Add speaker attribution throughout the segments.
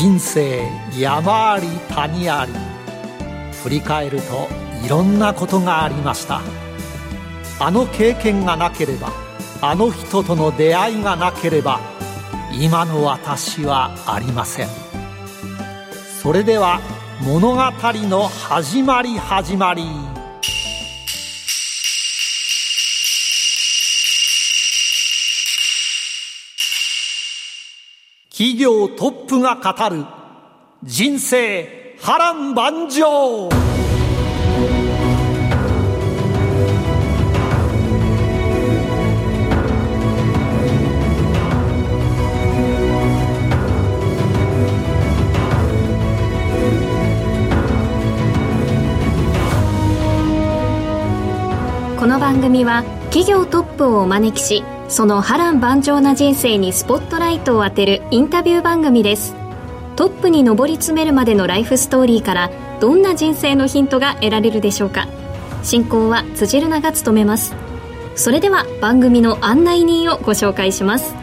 Speaker 1: 人生山あり谷あり振り返るといろんなことがありましたあの経験がなければあの人との出会いがなければ今の私はありませんそれでは物語の始まり始まり企業トップが語る人生波乱万丈
Speaker 2: この番組は企業トップをお招きしその波乱万丈な人生にスポットライトを当てるインタビュー番組ですトップに上り詰めるまでのライフストーリーからどんな人生のヒントが得られるでしょうか進行は辻るなが務めますそれでは番組の案内人をご紹介します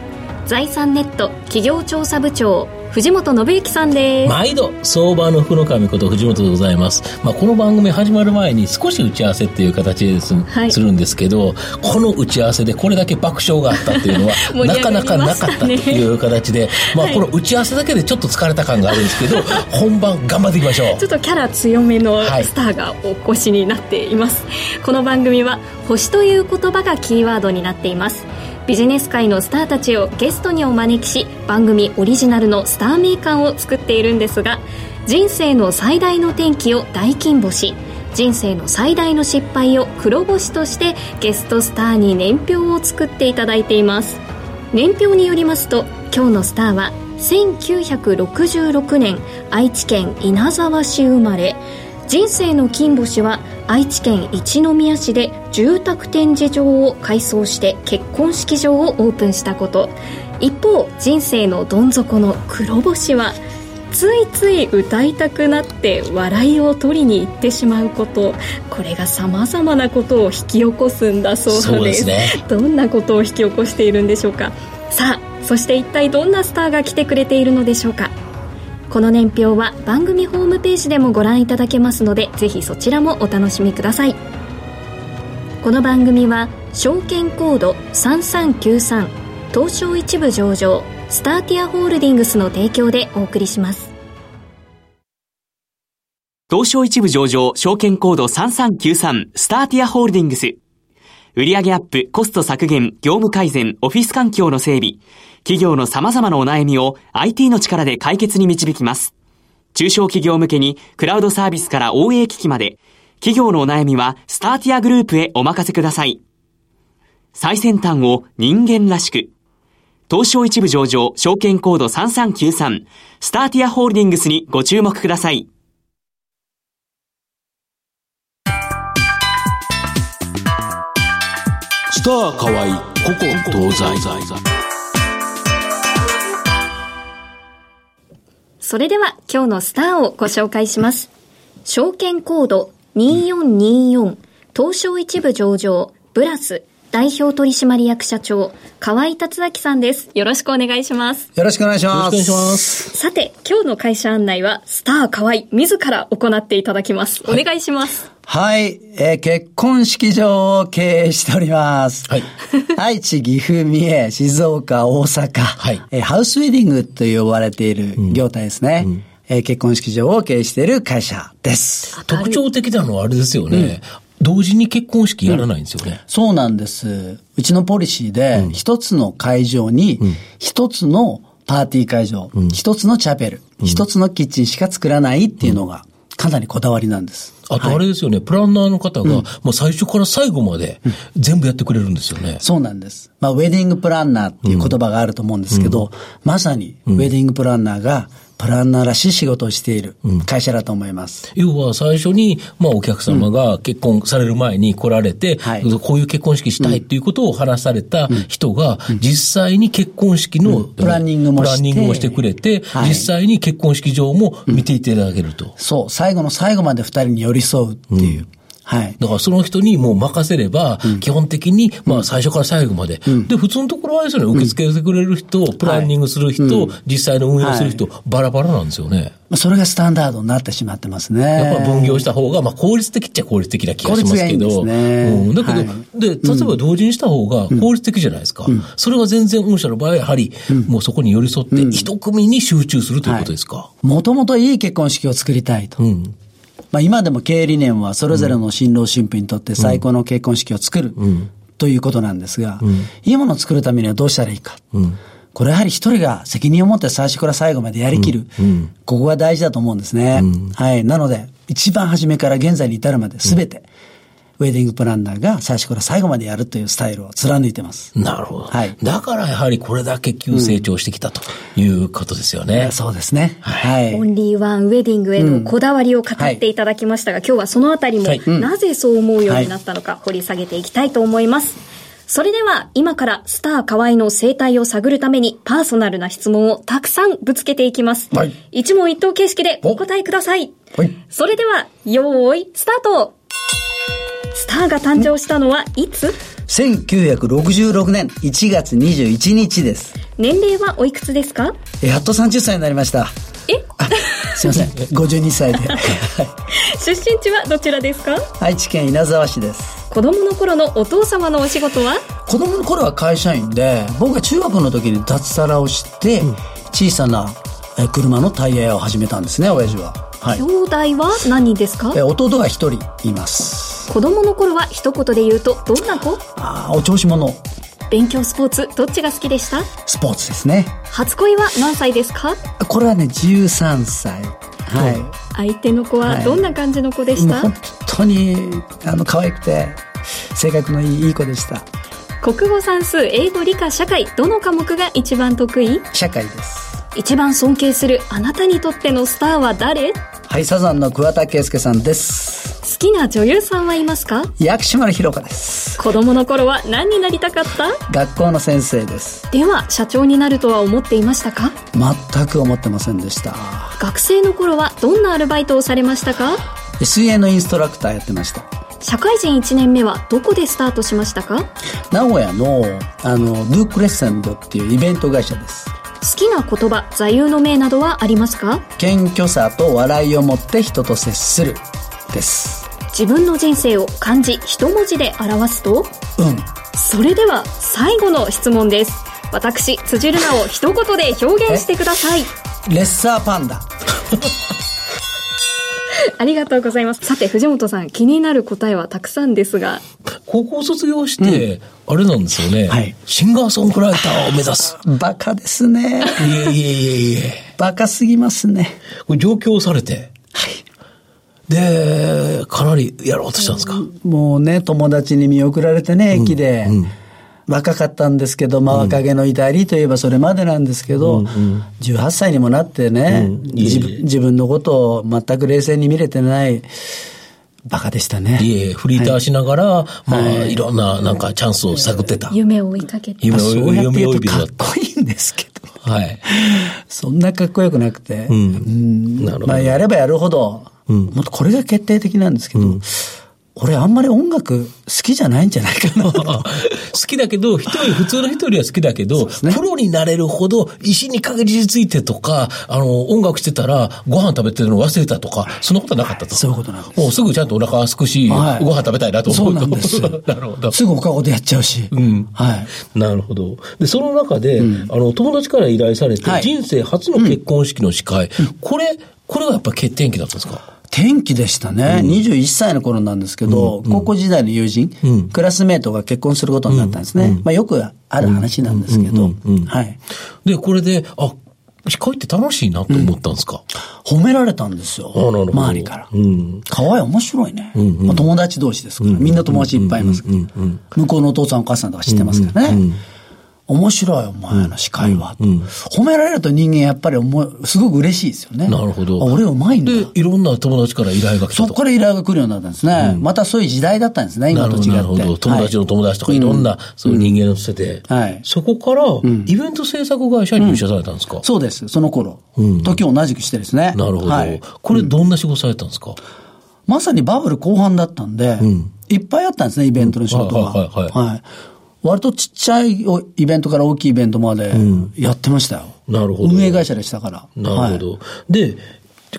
Speaker 2: 財産ネット企業調査部長藤本信之さんです
Speaker 3: 毎度相場の福の神こと藤本でございます、まあ、この番組始まる前に少し打ち合わせっていう形です,、
Speaker 2: はい
Speaker 3: するんですけどこの打ち合わせでこれだけ爆笑があったっていうのは
Speaker 2: 盛り
Speaker 3: な
Speaker 2: 上が
Speaker 3: か
Speaker 2: り
Speaker 3: なかなかったという形で、まあ、この打ち合わせだけでちょっと疲れた感があるんですけ ど本番頑張っていきましょう
Speaker 2: ちょっとキャラ強めの
Speaker 3: はい
Speaker 2: スターがお越しになっています、この番組は星という言葉がキーワードになっていますビジネス界のスターたちをゲストにお招きし番組オリジナルのスター名鑑を作っているんですが人生の最大の転機を大金星人生の最大の失敗を黒星としてゲストスターに年表を作っていただいています年表によりますと今日のスターは1966年愛知県稲沢市生まれ人生の金星は愛知県一宮市で住宅展示場を改装して結婚式場をオープンしたこと一方人生のどん底の黒星はついつい歌いたくなって笑いを取りに行ってしまうことこれがさまざまなことを引き起こすんだそうです
Speaker 3: そうですね
Speaker 2: どんなことを引き起こしているんでしょうかさあそして一体どんなスターが来てくれているのでしょうかこの年表は番組ホームページでもご覧いただけますのでぜひそちらもお楽しみくださいこの番組は証券コード3393東証一部上場スターティアホールディングスの提供でお送りします
Speaker 4: 東証一部上場、証券コード3393、スターティアホールディングス。売上アップ、コスト削減、業務改善、オフィス環境の整備。企業の様々なお悩みを IT の力で解決に導きます。中小企業向けに、クラウドサービスから応援機器まで、企業のお悩みは、スターティアグループへお任せください。最先端を人間らしく。東証一部上場、証券コード3393、スターティアホールディングスにご注目ください。
Speaker 3: スター河合古今東西
Speaker 2: それでは今日のスターをご紹介します。証券コード2424東証一部上場ブラス代表取締役社長河合達明さんです。よろしくお願いします。
Speaker 5: よろしくお願いします。
Speaker 3: よろしくお願いします
Speaker 2: さて、今日の会社案内はスター河合自ら行っていただきます。お願いします。
Speaker 5: はい、えー結婚式場を経営しております。
Speaker 3: はい。
Speaker 5: 愛知、岐阜、三重、静岡、大阪。
Speaker 3: はい
Speaker 5: えーハウスウェディングと呼ばれている業態ですね。えー結婚式場を経営している会社です。
Speaker 3: 特徴的なのはあれですよね、同時に結婚式やらないんですよね、
Speaker 5: そうなんです。うちのポリシーで、一つの会場に、一つのパーティー会場、一つのチャペル、一つのキッチンしか作らないっていうのが、かなりこだわりなんです。
Speaker 3: あとあれですよね、プランナーの方が、もう最初から最後まで全部やってくれるんですよね。
Speaker 5: そうなんです。まあ、ウェディングプランナーっていう言葉があると思うんですけど、まさにウェディングプランナーが、プランナーらしい仕事をしている会社だと思います。
Speaker 3: 要は最初に、まあお客様が結婚される前に来られて、
Speaker 5: はい
Speaker 3: こういう結婚式したいっていうことを話された人が、実際に結婚式の、
Speaker 5: プランニングも
Speaker 3: プ
Speaker 5: して
Speaker 3: ランニングをしてくれて、
Speaker 5: はい
Speaker 3: 実際に結婚式場も見ていただけると。
Speaker 5: そう、最後の最後まで二人に寄り添うっていう。はい。
Speaker 3: だからその人にもう任せれば、基本的に、まあ最初から最後まで。で、普通のところはあれですよね、受け付けてくれる人、プランニングする人、実際の運用する人、バラバラなんですよね。
Speaker 5: まあそれがスタンダードになってしまってますね。
Speaker 3: やっぱ分業した方が、まあ効率的っちゃ効率的な気がしますけど。
Speaker 5: 効率がいいんですね
Speaker 3: うんだけど、
Speaker 5: はい
Speaker 3: で、例えば同時にした方が効率的じゃないですか。それが全然御社の場合は、やはり、もうそこに寄り添って、一組に集中するということですか。
Speaker 5: もともといい結婚式を作りたいと。
Speaker 3: うん。
Speaker 5: まあ、今でも経営理念はそれぞれの新郎新婦にとって最高の結婚式を作る、ということなんですが、いいものを作るためにはどうしたらいいか。これやはり一人が責任を持って最初から最後までやりきる。ここが大事だと思うんですね。はい。なので、一番初めから現在に至るまで全て、ウェディングプランナーが最初から最後までやるというスタイルを貫いてます。
Speaker 3: なるほど。
Speaker 5: はい
Speaker 3: だからやはりこれだけ急成長してきたということですよね。
Speaker 5: そうですね。
Speaker 3: は
Speaker 5: はい。
Speaker 2: オンリーワンウェディングへのこだわりを語っていただきましたが、今日はそのあたりも、
Speaker 3: はい
Speaker 2: なぜそう思うようになったのか掘り下げていきたいと思います。それでは今からスター河合の生態を探るためにパーソナルな質問をたくさんぶつけていきます。
Speaker 3: はい
Speaker 2: 一問一答形式でお答えください。
Speaker 3: はい
Speaker 2: それでは、よーい、スタートスターが誕生したのはいつ
Speaker 5: 1966年1月21日です。
Speaker 2: 年齢はおいくつですか
Speaker 5: やっと30歳になりま した。
Speaker 2: え
Speaker 5: あすいません。52歳で。 はい
Speaker 2: 出身地はどちらですか
Speaker 5: 愛知県稲沢市です。
Speaker 2: 子供の頃のお父様のお仕事は
Speaker 5: 子供の頃は会社員で、僕が中学の時に脱サラをして、小さなえー車のタイヤ屋を始めたんですね、親父は。はい
Speaker 2: 兄。弟は何人ですか
Speaker 5: えー弟が一人います。
Speaker 2: 子供の頃は一言で言うとどんな子
Speaker 5: ああ、お調子者、
Speaker 2: 勉強スポーツどっちが好きでした
Speaker 5: スポーツですね。
Speaker 2: 初恋は何歳ですか
Speaker 5: これはね、13歳。はい。
Speaker 2: 相手の子はどんな感じの子でした、
Speaker 5: もう本当に、あの、可愛くて、性格のいい、いい子でした。
Speaker 2: 国語算数英語理科社会どの科目が一番得意
Speaker 5: 社会です。
Speaker 2: 一番尊敬するあなたにとってのスターは誰好
Speaker 5: はい、サザンの桑田佳祐さんです。
Speaker 2: きな女優さんはいますか
Speaker 5: 薬師丸ひろ子です。
Speaker 2: 子供の頃は何になりたかった
Speaker 5: 学校の先生です。
Speaker 2: では社長になるとは思っていましたか
Speaker 5: 全く思ってませんでした。
Speaker 2: 学生の頃はどんなアルバイトをされましたか
Speaker 5: 水泳のインストラクターやってました。
Speaker 2: 社会人1年目はどこでスタートしましたか
Speaker 5: 名古屋の、あの、ドゥクレッセンドっていうイベント会社です。
Speaker 2: 好きな言葉座右の銘などはありますか
Speaker 5: 謙虚さと笑いを持って人と接する。です。
Speaker 2: 自分の人生を漢字一文字で表すと
Speaker 5: うん。
Speaker 2: それでは最後の質問です私辻るなを一言で表現してください
Speaker 5: レッサーパンダ。
Speaker 2: ありがとうございますさて藤本さん気になる答えはたくさんですが
Speaker 3: 高校卒業して、あれなんですよね、
Speaker 5: はい
Speaker 3: シンガーソングライターを目指す。
Speaker 5: バカですね。
Speaker 3: いえいえいえいえ。
Speaker 5: バカすぎますね。
Speaker 3: これ上京されて。で、かなりやろうとしたんですか。
Speaker 5: もうね、友達に見送られてね、駅で。若かったんですけど、まあ、若気の至りといえばそれまでなんですけど、18歳にもなってね、自分自分のことを全く冷静に見れてない、バカでしたね。
Speaker 3: いえ、フリーターしながら、まあ、い、ろんな、なんかチャンスを探ってた。
Speaker 2: 夢を追いかけて
Speaker 5: まあ
Speaker 3: 夢を
Speaker 5: そうやって
Speaker 3: 夢
Speaker 5: 言
Speaker 3: 追いう
Speaker 5: と
Speaker 3: 人
Speaker 5: か
Speaker 3: だ
Speaker 5: っ
Speaker 3: った。
Speaker 5: こいいんですけど、
Speaker 3: はい。
Speaker 5: そんなかっこよくなくて、
Speaker 3: んなるほど
Speaker 5: まあ、やればやるほど、もっとこれが決定的なんですけど、俺あんまり音楽好きじゃないんじゃないかなと。
Speaker 3: 好きだけど、一人、普通の人よりは好きだけど、プロになれるほど、石にかじりついてとか、あの、音楽してたら、ご飯食べてるの忘れたとか、そんなことはなかったと。
Speaker 5: そういうことなんです
Speaker 3: もうすぐちゃんとお腹すくし、
Speaker 5: はい
Speaker 3: ご飯食べたいなと
Speaker 5: そ
Speaker 3: 思
Speaker 5: う
Speaker 3: うと。
Speaker 5: なんですよ
Speaker 3: なるほど。
Speaker 5: すぐおかごでやっちゃうし。
Speaker 3: ん
Speaker 5: はい。
Speaker 3: なるほど。で、その中で、あの、友達から依頼されて、
Speaker 5: はい
Speaker 3: 人生初の結婚式の司会、これ、これがやっぱ欠点期だったんですか
Speaker 5: 天気でしたね。21歳の頃なんですけど、高校時代の友人、クラスメートが結婚することになったんですね。まあよくある話なんですけど、はい。
Speaker 3: で、これで、あ、司会って楽しいなと思ったんですか、
Speaker 5: 褒められたんですよ。
Speaker 3: あなるほど
Speaker 5: 周りから。
Speaker 3: うん
Speaker 5: 可愛い、面白いね。まあ友達同士ですから、みんな友達いっぱいいますから。向こうのお父さんお母さんとか知ってますからね。面白い、お前の司会は、と褒められると人間やっぱり思い、すごく嬉しいですよね。
Speaker 3: なるほど。
Speaker 5: あ俺うまいんだ。
Speaker 3: で、いろんな友達から依頼が来た
Speaker 5: そ
Speaker 3: と
Speaker 5: こから依頼が来るようになったんですね。またそういう時代だったんですね、
Speaker 3: な
Speaker 5: 今
Speaker 3: る
Speaker 5: と
Speaker 3: ほ
Speaker 5: 違っ
Speaker 3: ど、
Speaker 5: て。
Speaker 3: なるほど。友達の友達とかいろんな、そういう人間の捨てて、
Speaker 5: はい
Speaker 3: そこから、イベント制作会社に入社されたんですか、
Speaker 5: そうです、その頃。時を同じくしてですね。
Speaker 3: なるほど、
Speaker 5: はい
Speaker 3: これどんな仕事されたんですか、
Speaker 5: まさにバブル後半だったんで、
Speaker 3: ん
Speaker 5: いっぱいあったんですね、イベントの仕事が。
Speaker 3: うんはいはいはいは
Speaker 5: はい割とちっちゃいおイベントから大きいイベントまでやってましたよ。
Speaker 3: なるほど
Speaker 5: 運営会社でしたから。
Speaker 3: なるほど。
Speaker 5: はい
Speaker 3: で、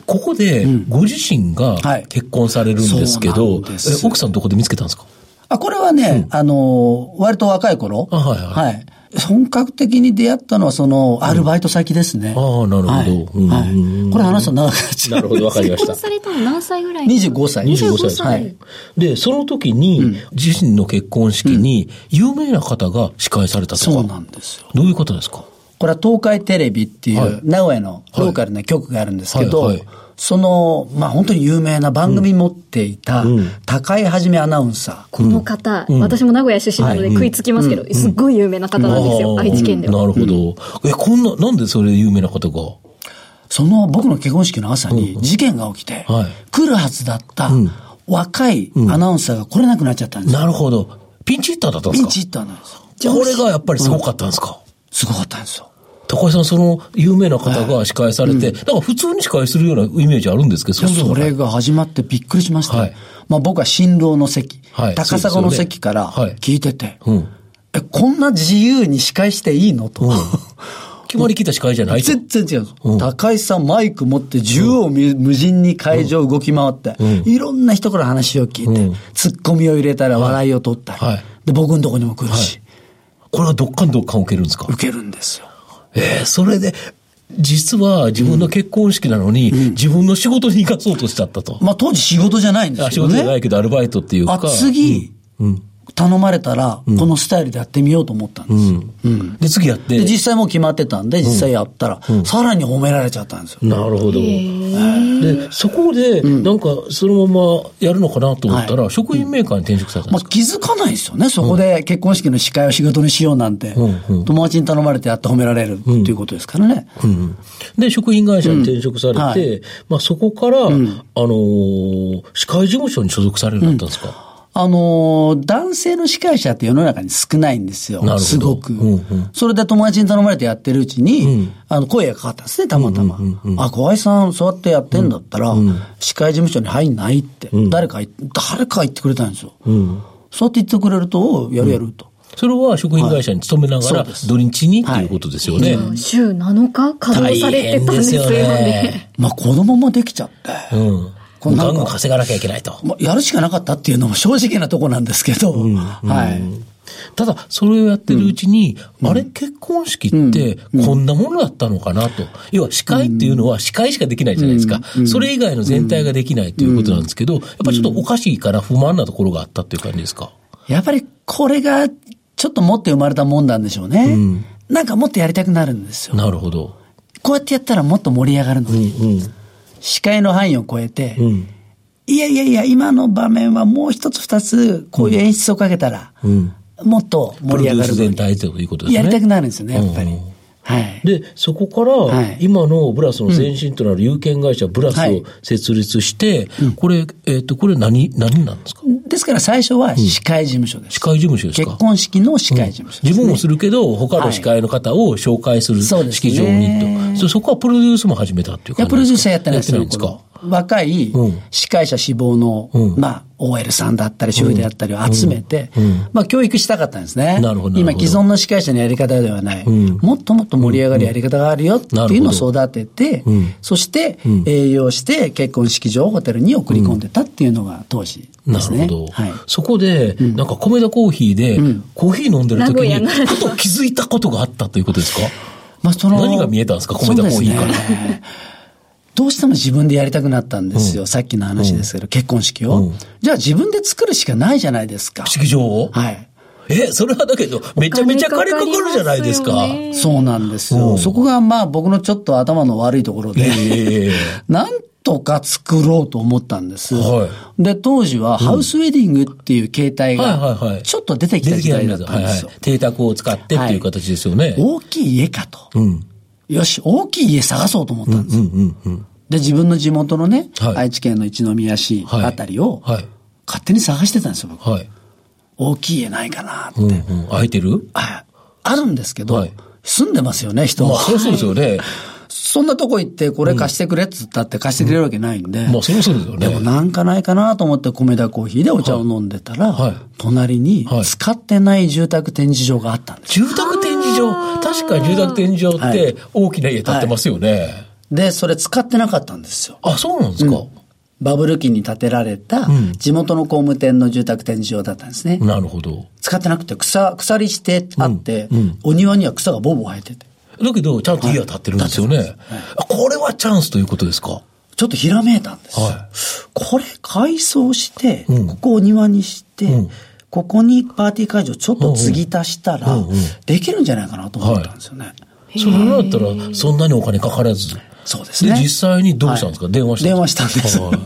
Speaker 3: ここで、ご自身が
Speaker 5: はい
Speaker 3: 結婚されるんですけど、
Speaker 5: そうなんです
Speaker 3: え奥さんどこで見つけたんですか
Speaker 5: あ、これはね、あの、割と若い頃。
Speaker 3: あはいはい
Speaker 5: 本格的に出会ったのは、その、アルバイト先ですね。
Speaker 3: ああなるほどうん
Speaker 5: はいはいこれ話すと長くなっちゃう。
Speaker 3: なるほど、わかりま
Speaker 2: 結
Speaker 3: し
Speaker 2: 婚
Speaker 3: た。
Speaker 2: されたの何歳ぐらい
Speaker 5: 25歳。
Speaker 3: 25
Speaker 2: 25歳で
Speaker 3: 歳で
Speaker 2: すす
Speaker 3: ね。
Speaker 2: ね
Speaker 5: はい。
Speaker 3: で、その時に、自身の結婚式に、有名な方が司会されたとか。
Speaker 5: そうなんですよ。
Speaker 3: どういうことですか
Speaker 5: これは東海テレビってい、
Speaker 3: はいう
Speaker 5: 名古屋のローカルな局があるんですけど、
Speaker 3: はいはい
Speaker 5: その、まあ本当に有名な番組持っていた
Speaker 3: うん、
Speaker 5: 高井はじめアナウンサー。
Speaker 2: この方、
Speaker 3: ん
Speaker 2: 私も名古屋出身なので食いつきますけど、すっごい有名な方なんですよ、
Speaker 3: ああ
Speaker 2: 愛知県では。
Speaker 3: なるほど。え、こんな、なんでそれ有名な方が
Speaker 5: その僕の結婚式の朝に事件が起きて
Speaker 3: はい、
Speaker 5: 来るはずだった
Speaker 3: ん
Speaker 5: 若いアナウンサーが来れなくなっちゃったんですよ。
Speaker 3: なるほど。ピンチヒッターだったんです
Speaker 5: ピ
Speaker 3: か
Speaker 5: ンチヒッターなんですよ。
Speaker 3: これがやっぱりすごかったんですか、
Speaker 5: すごかったんですよ。
Speaker 3: 高橋さん、その有名な方が司会されて、なんか普通に司会するようなイメージあるんですけど、
Speaker 5: いや
Speaker 3: ういう
Speaker 5: そ
Speaker 3: のが
Speaker 5: れが始まってびっくりしました、
Speaker 3: はい
Speaker 5: まあ、僕は新郎の席、
Speaker 3: はい
Speaker 5: 高
Speaker 3: そうですよ
Speaker 5: 砂
Speaker 3: ね
Speaker 5: の席から
Speaker 3: はい
Speaker 5: 聞いてて、
Speaker 3: うん
Speaker 5: えこんな自由に司会していいのと、
Speaker 3: 決まりきった司会じゃないと。
Speaker 5: 全然違うんです、高井さんマイク持って縦横無無尽に会場動き回って、いろんな人から話を聞いて、
Speaker 3: うん
Speaker 5: ツッコミを入れたら笑いを取ったり、
Speaker 3: はい
Speaker 5: で僕のとこにも来るし、
Speaker 3: これはどっかんどっかん受けるんですか
Speaker 5: 受けるんですよ
Speaker 3: ええそれで、実は自分の結婚式なのに、自分の仕事に生かそうとしちゃったと。
Speaker 5: まあ当時仕事じゃないんで
Speaker 3: あ
Speaker 5: す
Speaker 3: 仕
Speaker 5: けど
Speaker 3: 事じゃな
Speaker 5: ね
Speaker 3: いけど、アルバイトっていうか。
Speaker 5: あ次、頼まれたら、このスタイルでやってみようと思ったんですよ、
Speaker 3: うんで、次やって
Speaker 5: で、。実際もう決まってたんで、実際やったら、さらに褒められちゃったんですよ。
Speaker 3: なるほど。で、そこで、なんか、そのままやるのかなと思ったら、食品メーカーに転職されたん
Speaker 5: ま
Speaker 3: で
Speaker 5: あ、
Speaker 3: すか、
Speaker 5: 気づかないですよね。そこで結婚式の司会を仕事にしようなんて、
Speaker 3: うんうん
Speaker 5: 友達に頼まれてやって褒められるっていうことですからね。
Speaker 3: うんで、食品会社に転職されて、
Speaker 5: うんはい
Speaker 3: まあ、そこから、あのー司会事務所に所属されるようになったんですか、
Speaker 5: あのー男性の司会者って世の中に少ないんです
Speaker 3: なるほ
Speaker 5: よ。
Speaker 3: ど
Speaker 5: すごく、
Speaker 3: うんうん
Speaker 5: それで友達に頼まれてやってるうちに、あの、声がかかったんですね、たまたま。あ、小井さん、そうやってやってんだったら、司会事務所に入んないって、誰か言っ、誰か言ってくれたんですよ。そうやって言ってくれると、おやるやると。
Speaker 3: それは食品会社に勤めながら、
Speaker 5: はいそうです
Speaker 3: 土日にって
Speaker 5: はい
Speaker 3: いうことですよね。
Speaker 2: 週7日稼働されてたんですよね。。
Speaker 5: まあ子供もできちゃって、
Speaker 3: うん。
Speaker 5: こうな
Speaker 3: ガ
Speaker 5: んか
Speaker 3: ンガン稼がなきゃいけないと。
Speaker 5: まあ、やるしかなかったっていうのも正直なとこなんですけど、はい。
Speaker 3: ただ、それをやってるうちに、あれ、結婚式って、こんなものだったのかなと。要は、司会っていうのは司会しかできないじゃないですか。それ以外の全体ができないということなんですけど、やっぱちょっとおかしいから不満なところがあったっていう感じですか。
Speaker 5: やっぱりこれがちょっと持って生まれたもんなんでしょうね。なんかもっとやりたくなるんですよ。
Speaker 3: なるほど。
Speaker 5: こうやってやったらもっと盛り上がるのに、視界の範囲を超えて、
Speaker 3: ん
Speaker 5: いやいやいや、今の場面はもう一つ二つ、こういう演出をかけたら、もっと
Speaker 3: プ
Speaker 5: 盛
Speaker 3: ロ
Speaker 5: り
Speaker 3: デ
Speaker 5: 上
Speaker 3: ュー
Speaker 5: がる
Speaker 3: ス
Speaker 5: の
Speaker 3: 全
Speaker 5: に。
Speaker 3: 体ということですね。
Speaker 5: やりたくなるんですよね、やっぱり。
Speaker 3: うん
Speaker 5: はい。
Speaker 3: で、そこか
Speaker 5: は
Speaker 3: ら
Speaker 5: い、
Speaker 3: 今のブラスの前身となる有権会社ブラス
Speaker 5: はい
Speaker 3: を設立して、これ、えっと、これ何、何なんですか
Speaker 5: ですから最初は司会事務所です。
Speaker 3: 司会事務所ですか
Speaker 5: 結婚式の司会事務所です
Speaker 3: 自
Speaker 5: ね、
Speaker 3: 分もするけど、他の司会の方を紹介する
Speaker 5: そうですね
Speaker 3: 式場にと。そそこはプロデュースも始めたっていう
Speaker 5: い
Speaker 3: 感
Speaker 5: や、
Speaker 3: じ
Speaker 5: プロデューサーやってない
Speaker 3: で
Speaker 5: ですす
Speaker 3: か
Speaker 5: よ
Speaker 3: やってないんですか
Speaker 5: この若い
Speaker 3: うん
Speaker 5: 司会者志望の、
Speaker 3: うん
Speaker 5: まあ、OL さんだったり、主婦であったりを集めて、まあ、教育したかったんですね。
Speaker 3: なるほどな
Speaker 5: 今、
Speaker 3: るほど
Speaker 5: 既存の司会者のやり方ではない、
Speaker 3: ん
Speaker 5: もっともっと盛り上がるやり方があるよっていうのを育てて、
Speaker 3: ん
Speaker 5: そして、栄養して結婚式場をホテルに送り込んでたっていうのが当時
Speaker 3: な
Speaker 5: で
Speaker 3: る
Speaker 5: す
Speaker 3: ほ
Speaker 5: ね。
Speaker 3: ど。
Speaker 5: はい。
Speaker 3: そこで、なんか米田コーヒーで、コーヒー飲んでる時
Speaker 2: 名古屋
Speaker 3: に、
Speaker 2: ならでは
Speaker 3: ふと気づいたことがあったということですか
Speaker 5: まあ、そ
Speaker 3: 何が見えたんですか米田コーヒーから
Speaker 5: そうですね どうしても自分でやりたくなったんですよ。さっきの話ですけど、結婚式を、
Speaker 3: うん
Speaker 5: じゃあ自分で作るしかないじゃないですか。
Speaker 3: 式場を
Speaker 5: はい。
Speaker 3: え、それはだけど、めちゃめちゃ金かかるじゃないです
Speaker 2: お
Speaker 3: か。
Speaker 2: 金かかりますよね
Speaker 5: そうなんです
Speaker 3: う
Speaker 5: よ。
Speaker 3: ん
Speaker 5: そこがまあ僕のちょっと頭の悪いところ
Speaker 3: え
Speaker 5: で、
Speaker 3: え
Speaker 5: なんとか作ろうと思ったんです。
Speaker 3: は
Speaker 5: で、当時はハウスウェディングっていう形態
Speaker 3: はいはいは
Speaker 5: が
Speaker 3: い
Speaker 5: ちょっと出てきた時代だったんですよ。
Speaker 3: 邸宅を使ってっていう形ですよね。
Speaker 5: 大きい家かと。
Speaker 3: うん。
Speaker 5: よし、大きい家探そうと思ったんです
Speaker 3: うんうんうん。
Speaker 5: で、自分の地元のね、
Speaker 3: はい
Speaker 5: 愛知県の一宮市
Speaker 3: はい
Speaker 5: あたりを、
Speaker 3: はい
Speaker 5: 勝手に探してたんですよ、僕。
Speaker 3: はい。
Speaker 5: 大きい家ないかなって。
Speaker 3: うんうん。空いてる
Speaker 5: ああるんですけど、
Speaker 3: はい
Speaker 5: 住んでますよね、人
Speaker 3: ま
Speaker 5: も
Speaker 3: あ、。そりゃそうですよね。
Speaker 5: そんなとこ行ってこれ貸してくれっつったって貸してくれるわけないんで。
Speaker 3: まあ、そろそろだよね。
Speaker 5: でもなんかないかなと思って米田コーヒーでお茶を飲んでたら、
Speaker 3: はいはい
Speaker 5: 隣に
Speaker 3: はい
Speaker 5: 使ってない住宅展示場があったんです。
Speaker 3: 住宅展示場、確かに住宅展示場っ
Speaker 5: は
Speaker 3: て
Speaker 5: い
Speaker 3: 大きな家建ってますよね。
Speaker 5: で、それ使ってなかったんですよ。
Speaker 3: あ、そうなんですか。
Speaker 5: バブル期に建てられた
Speaker 3: ん
Speaker 5: 地元の工務店の住宅展示場だったんですね。
Speaker 3: なるほど。
Speaker 5: 使ってなくて草、鎖してあって、
Speaker 3: うんうん
Speaker 5: お庭には草がボーボー生えてて。
Speaker 3: だけど、ちゃんと家は建ってるんですよね。あこれはチャンスということですか。
Speaker 5: ちょっとひらめいたんですよ。
Speaker 3: は
Speaker 5: これ改装して、
Speaker 3: うん
Speaker 5: ここを庭にして、
Speaker 3: うん
Speaker 5: ここにパーティー会場ちょっと継ぎ足したら、
Speaker 3: うんうんうんうん
Speaker 5: できるんじゃないかなと思ったんですよね。
Speaker 3: それだったら、そんなにお金かからず。
Speaker 5: そうですね。
Speaker 3: で、実際にどうしたんですか、
Speaker 5: はい
Speaker 3: 電話した
Speaker 5: 電話したんです。
Speaker 3: はい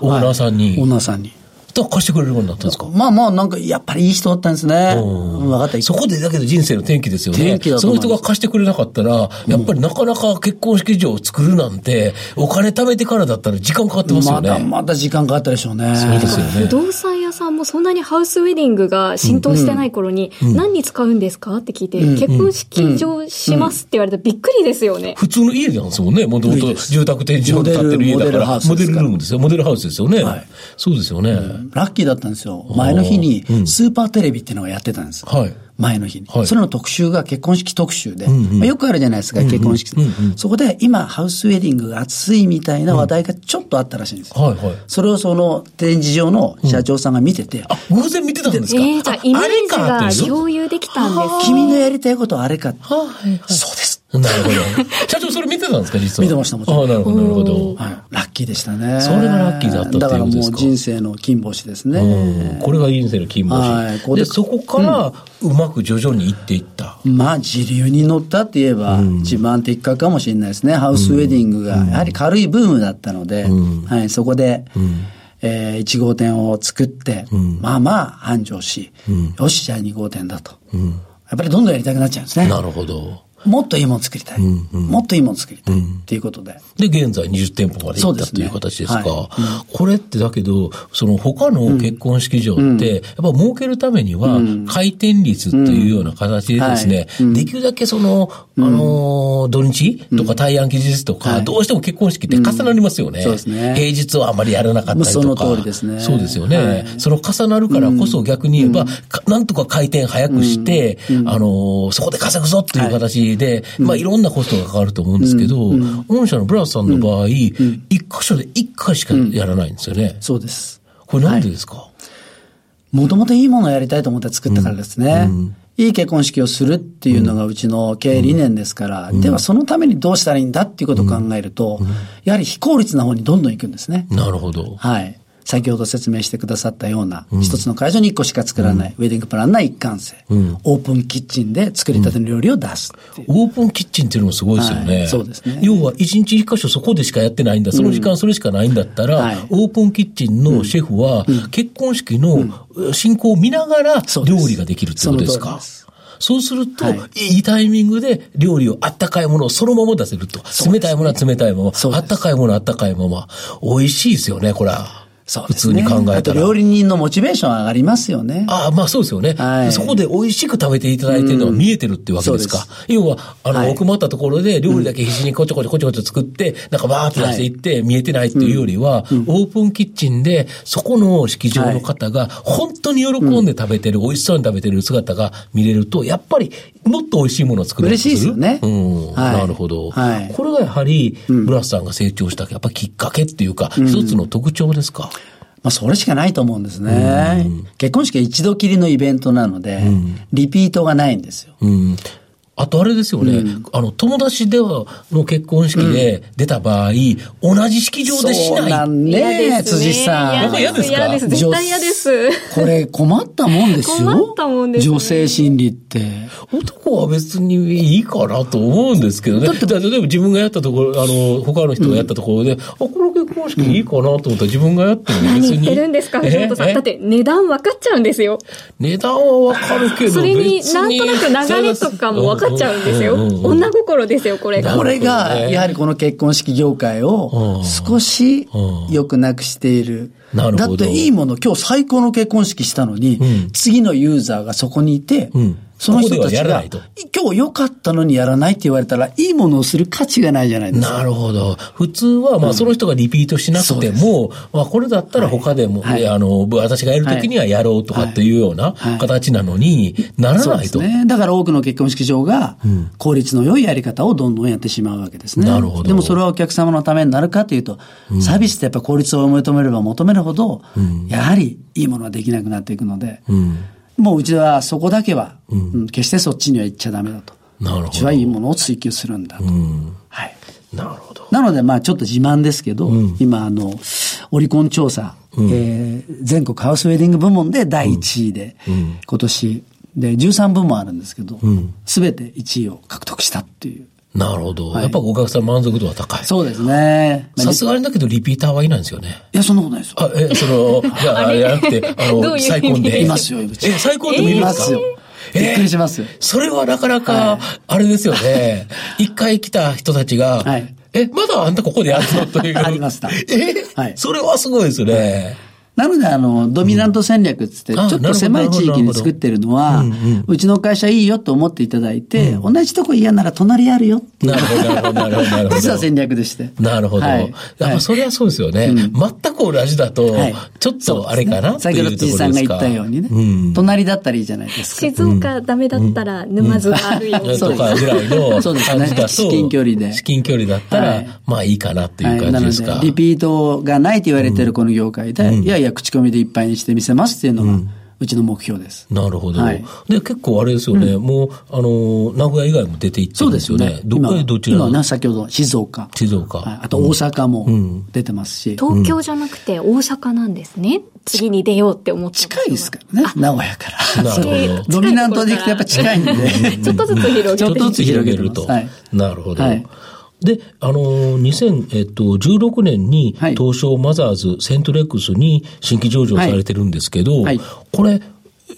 Speaker 3: オーナーさんに。
Speaker 5: オーナーさんに。
Speaker 3: だから貸してくれるようになったんですか
Speaker 5: まあまあ、なんか、やっぱりいい人だったんですね。分かった。
Speaker 3: そこでだけど人生の転機ですよね。
Speaker 5: 転機だと
Speaker 3: その
Speaker 5: 思います
Speaker 3: 人が貸してくれなかったら、やっぱりなかなか結婚式場を作るなんて、お金貯めてからだったら時間かかってますよ
Speaker 5: ま
Speaker 3: ね。
Speaker 5: だまだ時間かかったでしょうね。
Speaker 3: そうですよね。
Speaker 2: 不動産屋さんもそんなにハウスウェディングが浸透してない頃に、何に使うんですかって聞いて、結婚式場しますって言われたらびっくりですよね。
Speaker 3: 普通の家なんですもんね。もともと住宅展示場で建ってる家だから。モ
Speaker 5: モ
Speaker 3: デ
Speaker 5: デ
Speaker 3: ルル
Speaker 5: ルモデルハウスですから
Speaker 3: ームですよ。モデルハウスですよね。
Speaker 5: はい
Speaker 3: そうですよね。
Speaker 5: ラッキーだったんですよ。前の日にスーパーテレビっていうのがやってたんです。
Speaker 3: はい
Speaker 5: 前の日に、
Speaker 3: はい
Speaker 5: それの特集が結婚式特集で、
Speaker 3: んうん
Speaker 5: まあよくあるじゃないですか、結婚式、そこで今ハウスウェディングが熱いみたいな話題がちょっとあったらしいんですよ、
Speaker 3: はいはい。
Speaker 5: それをその展示場の社長さんが見てて、
Speaker 3: あ、偶然見てたんですか
Speaker 2: ええじゃあイメージ
Speaker 3: あれかって
Speaker 2: が
Speaker 3: いう
Speaker 2: 共有できたんです。
Speaker 5: 君のやりたいことはあれかって、
Speaker 3: あはいはい
Speaker 5: そうです。
Speaker 3: なるほど。社長それ見てたんですか実は。
Speaker 5: 見てましたもちろん
Speaker 3: あなるほど、なるほど。
Speaker 5: はい、ラッキーでしたね。
Speaker 3: それがラッキーだったっていう
Speaker 5: だから
Speaker 3: ことで
Speaker 5: も
Speaker 3: す
Speaker 5: う
Speaker 3: か
Speaker 5: 人生の金星ですね。
Speaker 3: うんこれが人生の金
Speaker 5: はい
Speaker 3: 星。
Speaker 5: ここ
Speaker 3: で、
Speaker 5: で
Speaker 3: そこからうまく徐々に行っていった。
Speaker 5: まあ、自流に乗ったって言えば、自慢的かかもしれないですね。ハウスウェディングが、やはり軽いブームだったので、はい、そこで、えー1号店を作って、まあまあ繁盛し、よし、じゃあ2号店だと。やっぱりどんどんやりたくなっちゃうんですね。
Speaker 3: なるほど。
Speaker 5: もっといいもの作りたい。もっといいもの作りたい。っていうことで。
Speaker 3: で、現在20店舗まで行
Speaker 5: そ
Speaker 3: っ
Speaker 5: う
Speaker 3: た
Speaker 5: で
Speaker 3: と
Speaker 5: すね
Speaker 3: いう形ですか。
Speaker 5: は
Speaker 3: これってだけど、その他の結婚式場って、やっぱ儲けるためには、回転率というような形でですね、できるだけその、あのー、土日とか対案期日とか、
Speaker 5: はい
Speaker 3: どうしても結婚式って重なりますよね。
Speaker 5: うんそうですね
Speaker 3: 平日はあまりやらなかったりとか。
Speaker 5: もうその通りですね
Speaker 3: そうですよ
Speaker 5: は
Speaker 3: ね
Speaker 5: い。
Speaker 3: その重なるからこそ逆に言えば、かなんとか回転早くして、あのー、そこで稼ぐぞっていう形で、まあいろんなコストがかかると思うんですけど、御社のブラスさんの場合、一箇所で一回しかやらないんですよね。
Speaker 5: そうです。
Speaker 3: これなんでですか
Speaker 5: もともといいものをやりたいと思って作ったからですね。いい結婚式をするっていうのがうちの経営理念ですから、ではそのためにどうしたらいいんだっていうことを考えると、やはり非効率な方にどんどん行くんですね。
Speaker 3: なるほど。
Speaker 5: はい。先ほど説明してくださったような、一つの会場に一個しか作らない、ウェディングプランナー一貫性、オープンキッチンで作りたての料理を出すっていう
Speaker 3: オープンキッチンっていうのもすごいですよね。
Speaker 5: はいそうですね
Speaker 3: 要は、一日一箇所そこでしかやってないんだ、その時間それしかないんだったら、
Speaker 5: はい
Speaker 3: オープンキッチンのシェフは、結婚式の進行を見ながら
Speaker 5: そう
Speaker 3: 料
Speaker 5: です
Speaker 3: 理ができるってことです
Speaker 5: その通り
Speaker 3: か
Speaker 5: です
Speaker 3: そうすると、
Speaker 5: はい
Speaker 3: い、いタイミングで料理をあったかいものをそのまま出せると。冷たいものは冷たいまま、
Speaker 5: そう
Speaker 3: あ
Speaker 5: です
Speaker 3: ったかいものはあったかいまま。美味しいですよね、これは。
Speaker 5: そう
Speaker 3: 普
Speaker 5: です
Speaker 3: 通
Speaker 5: ね
Speaker 3: に考え
Speaker 5: あ
Speaker 3: た
Speaker 5: と
Speaker 3: ら。
Speaker 5: 料理人のモチベーション上がりますよね。
Speaker 3: ああ、まあそうですよね、
Speaker 5: はい
Speaker 3: そこで美味しく食べていただいてるのは見えてるってわけですか。
Speaker 5: うんそ
Speaker 3: 要は、あの、
Speaker 5: はい
Speaker 3: 奥まったところで料理だけ必死にこちょこちょこちょこちょ作って、なんかバーッと出していって見えてないっていうよりは、オープンキッチンで、そこの式場の方が本当に喜んで食べてる、美味しそうに食べてる姿が見れると、やっぱりもっと美味しいものを作れる
Speaker 5: 嬉しいですよね
Speaker 3: うん。
Speaker 5: はい
Speaker 3: なるほど、
Speaker 5: はい
Speaker 3: これがやはり、ブラスさんが成長した、やっぱきっかけっていうか、一つの特徴ですか。
Speaker 5: まあ、それしかないと思うんですね。結婚式は一度きりのイベントなので、リピートがないんですよ。
Speaker 3: うん。あとあれですよね、あの、友達では、の結婚式で出た場合、同じ式場でし
Speaker 5: そう
Speaker 3: な
Speaker 5: な
Speaker 3: い。
Speaker 5: んね、
Speaker 2: ですね
Speaker 5: 辻さ
Speaker 3: なんか嫌
Speaker 5: ん。
Speaker 3: ですか
Speaker 2: 嫌です。絶対嫌です。
Speaker 5: これ困ったもんですよ。
Speaker 2: 困ったもんですね
Speaker 5: 女性心理って。
Speaker 3: 男は別にいいかなと思うんですけどね。だって、例えば自分がやったところ、あの、他の人がやったところで、あ、この結婚式いいかなと思ったら自分がやっても別
Speaker 2: 言
Speaker 3: に。
Speaker 2: ってるんですか、藤本さ
Speaker 3: え
Speaker 2: ん。だっ。
Speaker 3: え
Speaker 2: て値段分かっちゃうんですよ。
Speaker 3: 値段はわかるけど、
Speaker 2: それに
Speaker 3: 別
Speaker 2: なんとなく流れとかも分かっちゃうんですよ。
Speaker 3: ううんうん
Speaker 2: 女心ですよ、これが。
Speaker 5: こ
Speaker 3: な
Speaker 5: れ
Speaker 3: る
Speaker 5: が、
Speaker 3: ほどね
Speaker 5: やはりこの結婚式業界
Speaker 3: う
Speaker 5: を
Speaker 3: ん
Speaker 5: 少し
Speaker 3: うん
Speaker 5: 良くなくしている。
Speaker 3: なる
Speaker 5: だ
Speaker 3: ほど
Speaker 5: っていいもの、今日最高の結婚式したのに、
Speaker 3: うん
Speaker 5: 次のユーザーがそこにいて、
Speaker 3: うん
Speaker 5: その人
Speaker 3: ここ
Speaker 5: た
Speaker 3: で
Speaker 5: ち
Speaker 3: はやら
Speaker 5: が
Speaker 3: ないと、
Speaker 5: 今日良かったのにやらないって言われたら、いいものをする価値がないじゃないですか。
Speaker 3: なるほど。普通は、まあ、その人がリピートしなくても、まあ、これだったら他でも、
Speaker 5: はい
Speaker 3: いやあの、私がやるときにはやろうとかっていうような
Speaker 5: はいはい
Speaker 3: 形なのに、なら
Speaker 5: そう
Speaker 3: な
Speaker 5: で
Speaker 3: い
Speaker 5: す
Speaker 3: と。
Speaker 5: ね。だから多くの結婚式場が、効率の良いやり方をどんどんやってしまうわけですね。
Speaker 3: なるほど
Speaker 5: でもそれはお客様のためになるかというと、サービスってやっぱ効率を求めれば求めるほど、やはりいいものはできなくなっていくので、
Speaker 3: うん。
Speaker 5: もううちはそこだけは、うん決してそっちには行っちゃダメだと。
Speaker 3: なるほど
Speaker 5: うちはいいものを追求するんだと。
Speaker 3: うん。
Speaker 5: はい。
Speaker 3: なるほど。
Speaker 5: なので、まあちょっと自慢ですけど、今、あの、オリコン調査、えー全国ハウスウェディング部門で第1位で、今年、で、13部門あるんですけど、すべ、て1位を獲得したっていう。
Speaker 3: なるほど。
Speaker 5: はい
Speaker 3: やっぱお客さん満足度は高い。
Speaker 5: そうですね。
Speaker 3: さす
Speaker 5: が。
Speaker 3: がにだけど、リピーターはいないんですよね。
Speaker 5: いや、そんなことないですよ。
Speaker 3: あ、え、そ の、じゃあ、じゃなくて、あ
Speaker 2: ど
Speaker 3: の、
Speaker 2: ういう
Speaker 3: 再婚で。
Speaker 5: いますよ、うち
Speaker 3: え、再婚でもいる
Speaker 5: い
Speaker 3: んで
Speaker 5: ますす
Speaker 3: か
Speaker 5: よ。びっくりしますよ。
Speaker 3: それはなかなか、あれですよね。 一回来た人たちが
Speaker 5: はい、
Speaker 3: え、まだあんたここでやるのという。
Speaker 5: ありました
Speaker 3: え
Speaker 5: はい
Speaker 3: それはすごいですね。
Speaker 5: なので、あの、ドミナント戦略っつって、ち
Speaker 3: うんあ
Speaker 5: ょっと狭い地域に作ってるのは、うちの会社いいよと思っていただいて、同じとこ嫌なら隣やるよって
Speaker 3: なるほど、なるほど、なるほどなるほ
Speaker 5: 実は
Speaker 3: ど。
Speaker 5: 戦略でして。
Speaker 3: なるほど。
Speaker 5: は
Speaker 3: や
Speaker 5: い
Speaker 3: っぱそれはそうですよね。全く同じだと
Speaker 5: はい、
Speaker 3: ちょっとあれかなって
Speaker 5: 先
Speaker 3: い
Speaker 5: ほど
Speaker 3: うと
Speaker 5: 辻
Speaker 3: こ
Speaker 5: さ
Speaker 3: ろ
Speaker 5: ん
Speaker 3: で
Speaker 5: が
Speaker 3: す
Speaker 5: 言
Speaker 3: か。
Speaker 5: ったようにね、隣だったらいいじゃないですか。
Speaker 2: 静岡ダメだったら沼津があるよ、
Speaker 5: んそう
Speaker 3: とかぐらいの
Speaker 5: そう
Speaker 3: 感
Speaker 5: で
Speaker 3: じ
Speaker 5: すね
Speaker 3: だと、
Speaker 5: 至近距離で
Speaker 3: 至近距離だった
Speaker 5: は
Speaker 3: ら
Speaker 5: い、
Speaker 3: まあいいかなって
Speaker 5: はいいう
Speaker 3: 感
Speaker 5: な
Speaker 3: じ
Speaker 5: の
Speaker 3: です
Speaker 5: で
Speaker 3: か、。
Speaker 5: リピートがないと言われてるこの業界で、いやいや、口コミでいっぱいにしてみせますっていうのが、うちの目標です。
Speaker 3: なるほど、
Speaker 5: はい
Speaker 3: で、結構あれですよね、もう、あのー、名古屋以外も出ていって
Speaker 5: そ
Speaker 3: る
Speaker 5: うんで
Speaker 3: です
Speaker 5: す
Speaker 3: よ
Speaker 5: よ
Speaker 3: ね。
Speaker 5: ね。
Speaker 3: どこへどちら
Speaker 5: 今今
Speaker 3: の
Speaker 5: ね、先ほど静岡。
Speaker 3: 静岡、
Speaker 5: はいあと大阪も出てますし。
Speaker 2: 東京じゃなくて大阪なんですね。次に出ようって思って
Speaker 5: 近いですからね、名古屋から。
Speaker 3: なるほ ど。
Speaker 5: ドミナントで行くとやっぱ近いんで。
Speaker 2: ちょっとずつ広げて
Speaker 3: ちょっとずつ広げると。
Speaker 5: はい
Speaker 3: なるほど。
Speaker 5: はい
Speaker 3: で、あのー、2016年に
Speaker 5: はい
Speaker 3: 東証マザーズ、セントレックスに新規上場されてるんですけど、
Speaker 5: はいはい
Speaker 3: これ、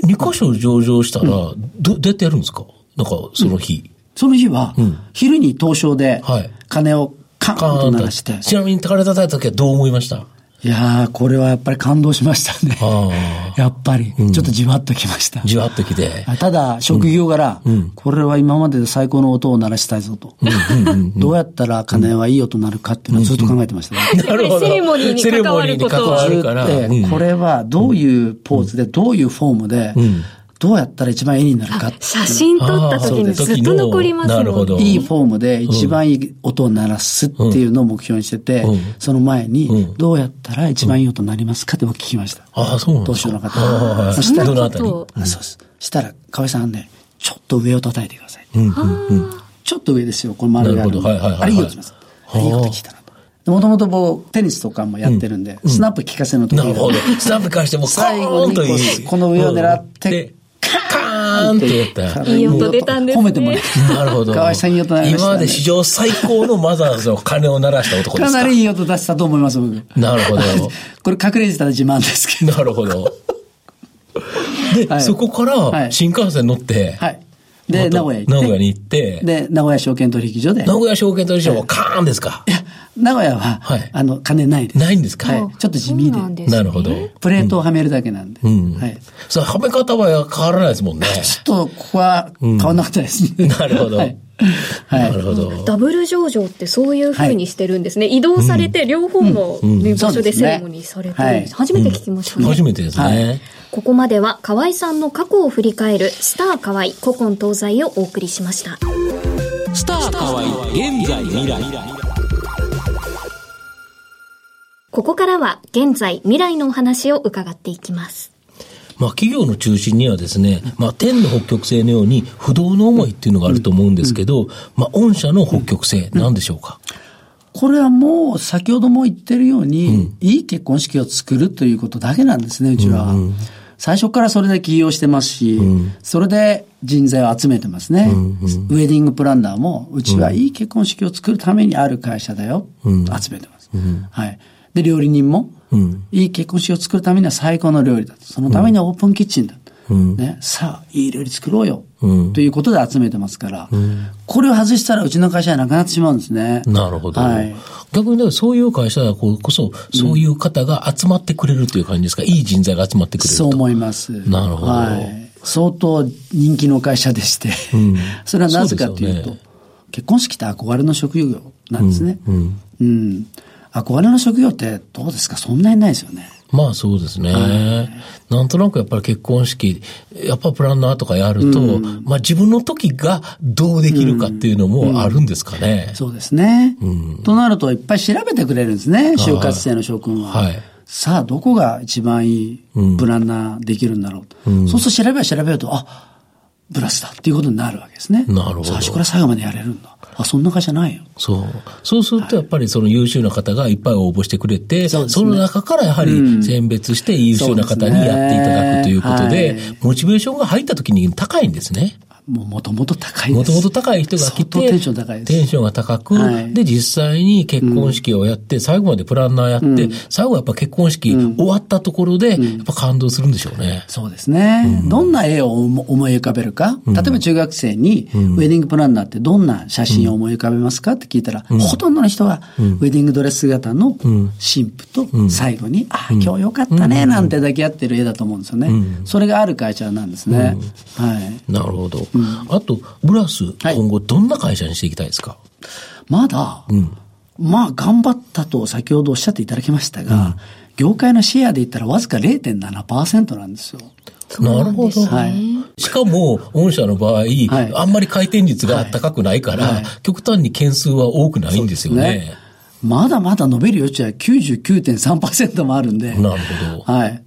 Speaker 3: 2箇所上場したら、どどうやってやるんですかなんか、その日。
Speaker 5: その日は、昼に東証で
Speaker 3: はい、
Speaker 5: 鐘をカーンと鳴らして。
Speaker 3: ちなみに宝田た時はどう思いま した
Speaker 5: いやー、これはやっぱり感動しましたね。
Speaker 3: あ
Speaker 5: やっぱり、ちょっとじわっときました。
Speaker 3: じわっとき て。
Speaker 5: ただ、職業柄、これは今までで最高の音を鳴らしたいぞと。どうやったら鐘はいい音鳴るかっていうのをずっと考えてましたね。
Speaker 3: なるほど。
Speaker 2: セレモニーに関わることは
Speaker 3: セレモニーに関わる
Speaker 5: ず
Speaker 3: から
Speaker 5: っとええこれはどういうポーズで、どういうフォームで、どうやったら一番絵になるかっていう
Speaker 2: 写真撮った時にずっと残りますもん
Speaker 3: なるほど。
Speaker 5: いいフォームで一番いい音を鳴らすっていうのを目標にしてて、
Speaker 3: うん
Speaker 5: その前
Speaker 3: う
Speaker 5: に
Speaker 3: ん、
Speaker 5: どうやったら一番いい音鳴りますかって僕聞きました。
Speaker 3: ああ、そうなんですか。
Speaker 5: 投資の方
Speaker 3: ああはい
Speaker 5: そんな
Speaker 3: どのあ
Speaker 2: こ
Speaker 3: たり
Speaker 2: と
Speaker 5: あそうです。したら、河合さんね、ちょっと上を叩いてください。ちょっと上ですよ、この丸があるの
Speaker 3: なるほどはいはいはいはい
Speaker 5: あれいい音します。あれいい音聞いたなと。もともと僕、テニスとかもやってるんで、スナップ効かせの時
Speaker 3: なる
Speaker 5: に
Speaker 3: ほど。スタンプ返しても、
Speaker 5: 最後に
Speaker 3: コーンとい
Speaker 5: こ
Speaker 3: いう
Speaker 5: この上を狙って
Speaker 3: うんでカーンとやった。
Speaker 2: いい音出たんですね
Speaker 5: 褒めてもらっ
Speaker 3: なるほど。
Speaker 5: 河合さんいい音鳴りましたね
Speaker 3: 今まで史上最高のマザーズの鐘を鳴らした男で
Speaker 5: た。か
Speaker 3: すか。
Speaker 5: なりいい音出したと思います、僕。
Speaker 3: なるほど。
Speaker 5: これ隠れてたら自慢ですけど。
Speaker 3: なるほど。で、
Speaker 5: はい
Speaker 3: そこか
Speaker 5: は
Speaker 3: ら
Speaker 5: い
Speaker 3: 新幹線乗って、
Speaker 5: はい。で、
Speaker 3: また
Speaker 5: 名古屋行って。
Speaker 3: 名古屋に行って、
Speaker 5: で、名古屋証券取引所で。
Speaker 3: 名古屋証券取引所もカーンですか。
Speaker 5: 名古屋は、
Speaker 3: はい
Speaker 5: あの、金ないです。
Speaker 3: ないんですか
Speaker 5: はい。ちょっと地味
Speaker 2: そうなん
Speaker 5: で。
Speaker 2: ですね
Speaker 3: なるほど。
Speaker 5: プレートをはめるだけなんで。
Speaker 3: ん
Speaker 5: はい。
Speaker 3: さあ、はめ方は変わらないですもんね。
Speaker 5: ちょっと、ここは変わんなかったですね。
Speaker 3: なるほど。
Speaker 5: はい。は
Speaker 3: ないるほど。
Speaker 2: ダブル上場ってそういうふうにしてるんですね。移動されて両方の、ね場所でセレモニーされてるんです、初めて聞きましたね。
Speaker 3: 初めてですね。
Speaker 5: はい
Speaker 2: ここまでは河合さんの過去を振り返るスター河合古今東西をお送りしました。
Speaker 4: スター河合現在未来
Speaker 2: ここからは現在未来のお話を伺っていきます。
Speaker 3: まあ、企業の中心にはですね、まあ、天の北極星のように不動の思いっていうのがあると思うんですけど、まあ、御社の北極星なんでしょうか、
Speaker 5: これはもう、先ほども言ってるように、いい結婚式を作るということだけなんですね、うちは。最初からそれで起業してますし、それで人材を集めてますね。ウェディングプランナーも、うちはいい結婚式を作るためにある会社だよ、集めてます。はい。で、料理人も、いい結婚式を作るためには最高の料理だと。そのためにはオープンキッチンだと。ね、さあ、いい料理作ろうよ、ということで集めてますから、これを外したらうちの会社はなくなってしまうんですね。
Speaker 3: なるほど。
Speaker 5: はい。
Speaker 3: 逆にだからそういう会社だからこそ、そういう方が集まってくれるという感じですか、いい人材が集まってくれると。
Speaker 5: そう思います。
Speaker 3: なるほど
Speaker 5: はい。相当人気の会社でして、
Speaker 3: ん
Speaker 5: それはなぜかという
Speaker 3: そうです
Speaker 5: と、
Speaker 3: よね
Speaker 5: 結婚式って憧れの職業なんですね。うん。憧れの職業ってどうですかそんなにないですよね。
Speaker 3: まあそうですね。なんとなくやっぱり結婚式、やっぱプランナーとかやると、まあ自分の時がどうできるかっていうのもあるんですかね。
Speaker 5: そうですね。となると、いっぱい調べてくれるんですね、就活生の諸君は。
Speaker 3: はい
Speaker 5: さあ、どこが一番いいブランナーできるんだろう。そうすると調べは調べると、あブラスだっていうことになるわけですね。
Speaker 3: なるほど
Speaker 5: 最初から最後までやれるんだ。あ、そんな会社ないよ。
Speaker 3: そう。そうするとやっぱりその優秀な方がいっぱい応募してくれて、
Speaker 5: そう
Speaker 3: そ
Speaker 5: ですね
Speaker 3: の中からやはり選別して優秀な方にやっていただくということで、
Speaker 5: そうですね
Speaker 3: モチベーションが入った時に高いんですね。
Speaker 5: もう、もともと高いで
Speaker 3: も
Speaker 5: す。
Speaker 3: ともと高い人が来て、
Speaker 5: 相当テンション高いです。
Speaker 3: テンションが高く、
Speaker 5: はい
Speaker 3: で、実際に結婚式をやって、最後までプランナーやって、最後やっぱ結婚式終わったところで、やっぱ感動するんでしょうね。
Speaker 5: そうですね。どんな絵を思思い浮かべるか、例えば中学生に、ウェディングプランナーってどんな写真を思い浮かべますかって聞いたら、ほとんどの人は、ウェディングドレス姿の新婦と最後に、ああ、今日よかったね、なんて抱き合ってる絵だと思うんですよね。それがある会社なんですね。はい。
Speaker 3: なるほど。あと、ブラス、
Speaker 5: はい
Speaker 3: 今後どんな会社にしていきたいですか
Speaker 5: まだ、まあ、頑張ったと先ほどおっしゃっていただきましたが、業界のシェアで言ったらわずか0.7%なんですよ。
Speaker 3: なるほど。
Speaker 5: はい。
Speaker 3: しかも、御社の場合、あんまり回転率が高くないから、極端に件数は多くないんですよね。
Speaker 5: まだまだ伸びる余地は99.3%もあるん
Speaker 3: な
Speaker 5: で。
Speaker 3: るほど。
Speaker 5: はい。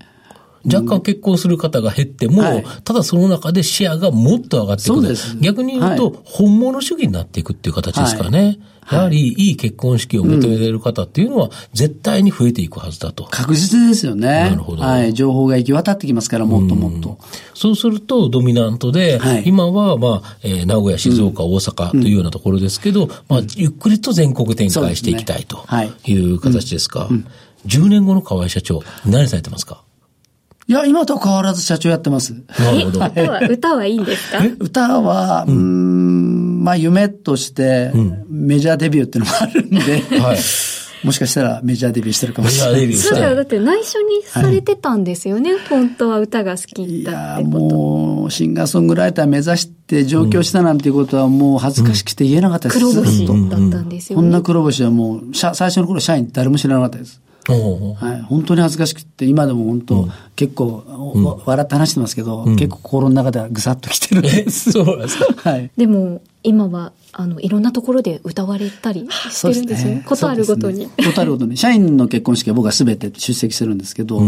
Speaker 3: 若干結婚する方が減っても、
Speaker 5: はい
Speaker 3: ただその中でシェアがもっと上がっていく
Speaker 5: そう
Speaker 3: る
Speaker 5: です
Speaker 3: 逆に言うと、
Speaker 5: はい
Speaker 3: 本物主義になっていくっていう形ですかね。やはり、いい結婚式を求めている方っていうのは、絶対に増えていくはずだと。
Speaker 5: 確実ですよね。
Speaker 3: るほど
Speaker 5: はい。情報が行き渡ってきますから、もっともっと。
Speaker 3: そうすると、ドミナントで、
Speaker 5: はい
Speaker 3: 今は、まあ、えー名古屋、静岡、大阪というようなところですけど、まあ、ゆっくりと全国展開していきたいと
Speaker 5: そうですねはい
Speaker 3: いう形ですか。10年後の河合社長、何されてますか
Speaker 5: いや、今と変わらず社長やってます。
Speaker 3: なるほど。
Speaker 2: 歌は、歌はいいんですか
Speaker 5: 歌は、うーん、まあ夢として、メジャーデビューっていうのもあるんで、
Speaker 3: はい。
Speaker 5: もしかしたらメジャーデビューしてるかも
Speaker 3: メ
Speaker 5: し
Speaker 3: ジ
Speaker 5: れ
Speaker 3: ャー
Speaker 5: な
Speaker 3: デ
Speaker 5: い。
Speaker 3: ビューし
Speaker 2: そうだよ。だ
Speaker 3: て。
Speaker 2: って内緒にされてたんですよね。本当は歌が好き
Speaker 5: い
Speaker 2: だっ
Speaker 5: やー
Speaker 2: てこと。
Speaker 5: もう、シンガーソングライター目指して上京したなんていうことはもう恥ずかしくて言えなかったです。
Speaker 2: 黒
Speaker 5: ず
Speaker 2: 星
Speaker 5: っ
Speaker 2: だ
Speaker 5: と
Speaker 2: ったんですよ
Speaker 5: こん
Speaker 2: ね
Speaker 5: な。黒星はもう、社最初の頃社員誰も知らなかったです。
Speaker 3: おう
Speaker 5: はい、本当に恥ずかしくって、今でも本当、結構、おわ笑って話してますけど、結構心の中ではぐさっときてるん
Speaker 3: え、
Speaker 5: で す。
Speaker 3: そうなんですか
Speaker 5: はい。
Speaker 2: でも、今は、あの、いろんなところで歌われたりしてるんですよね。ことあるごとに。
Speaker 5: そうですねことあるごとに。社員の結婚式は僕は全て出席するんですけど、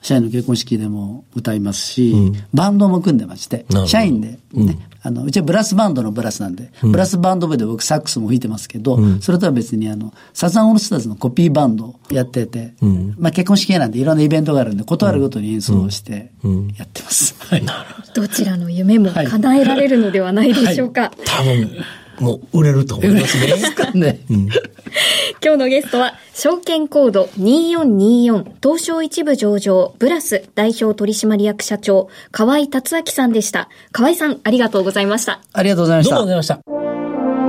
Speaker 5: 社員の結婚式でも歌いますし、バンドも組んでまして
Speaker 3: なるほ、ど
Speaker 5: 社員で、ねあの、うちはブラスバンドのブラスなんで、ブラスバンド部で僕サックスも吹いてますけど、それとは別にあの、サザンオールスターズのコピーバンドをやってて、まあ結婚式なんでいろんなイベントがあるんで、ことあるごとに演奏をしてやってます。はい
Speaker 2: どちらの夢も叶えられるのではないでしょうか。
Speaker 3: 多分、もう売れると思いますね。
Speaker 5: ね。
Speaker 2: 今日のゲストは、証券コード2424東証一部上場ブラス代表取締役社長、河合達明さんでした。河合さん、ありがとうございました。
Speaker 5: ありがとうございまし
Speaker 3: どうもありがとうご
Speaker 5: た
Speaker 3: ざ。いました。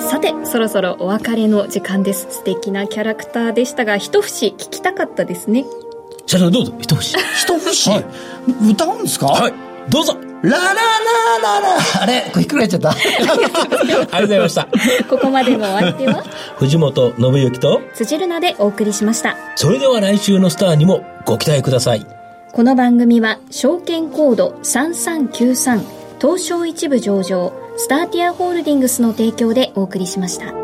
Speaker 2: さて、そろそろお別れの時間です。素敵なキャラクターでしたが、一節聞きたかったですね。
Speaker 3: 社長どうぞ、一節。
Speaker 5: 一節、歌うんですか。
Speaker 3: はいい。どうぞ。
Speaker 5: ラララララあれこれひっくり返っちゃった。
Speaker 3: ありがとうございました。
Speaker 2: ここまでのお相手は、
Speaker 3: 藤本信之と、
Speaker 2: 辻るなでお送りしました。
Speaker 3: それでは来週のスターにもご期待ください。
Speaker 2: この番組は証券コード3393東証一部上場スターティアホールディングスの提供でお送りしました。